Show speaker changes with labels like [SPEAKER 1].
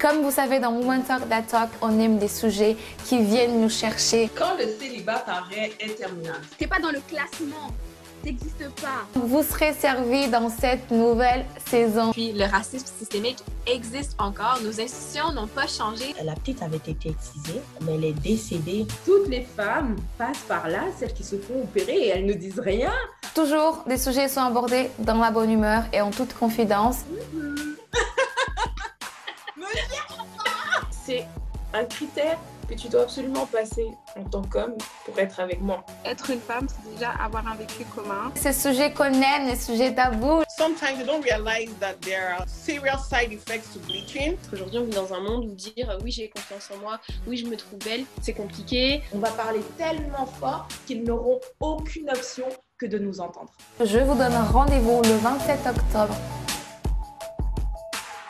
[SPEAKER 1] Comme vous savez, dans Woman Talk That Talk, on aime des sujets qui viennent nous chercher.
[SPEAKER 2] Quand le célibat paraît interminable.
[SPEAKER 3] T'es pas dans le classement. T'existes pas.
[SPEAKER 1] Vous serez servi dans cette nouvelle saison.
[SPEAKER 4] Puis le racisme systémique existe encore. Nos institutions n'ont pas changé.
[SPEAKER 5] La petite avait été excisée, mais elle est décédée.
[SPEAKER 2] Toutes les femmes passent par là, celles qui se font opérer et elles ne disent rien.
[SPEAKER 1] Toujours, des sujets sont abordés dans la bonne humeur et en toute confidence.
[SPEAKER 6] c'est un critère que tu dois absolument passer en tant qu'homme pour être avec moi.
[SPEAKER 7] Être une femme, c'est déjà avoir un vécu commun.
[SPEAKER 1] Ces sujets qu'on aime, les sujets tabous.
[SPEAKER 8] Sometimes you don't realize that there are serious side effects to bleaching.
[SPEAKER 9] Aujourd'hui, on vit dans un monde où dire euh, oui, j'ai confiance en moi, oui, je me trouve belle, c'est compliqué.
[SPEAKER 10] On va parler tellement fort qu'ils n'auront aucune option que de nous entendre.
[SPEAKER 1] Je vous donne rendez-vous le 27 octobre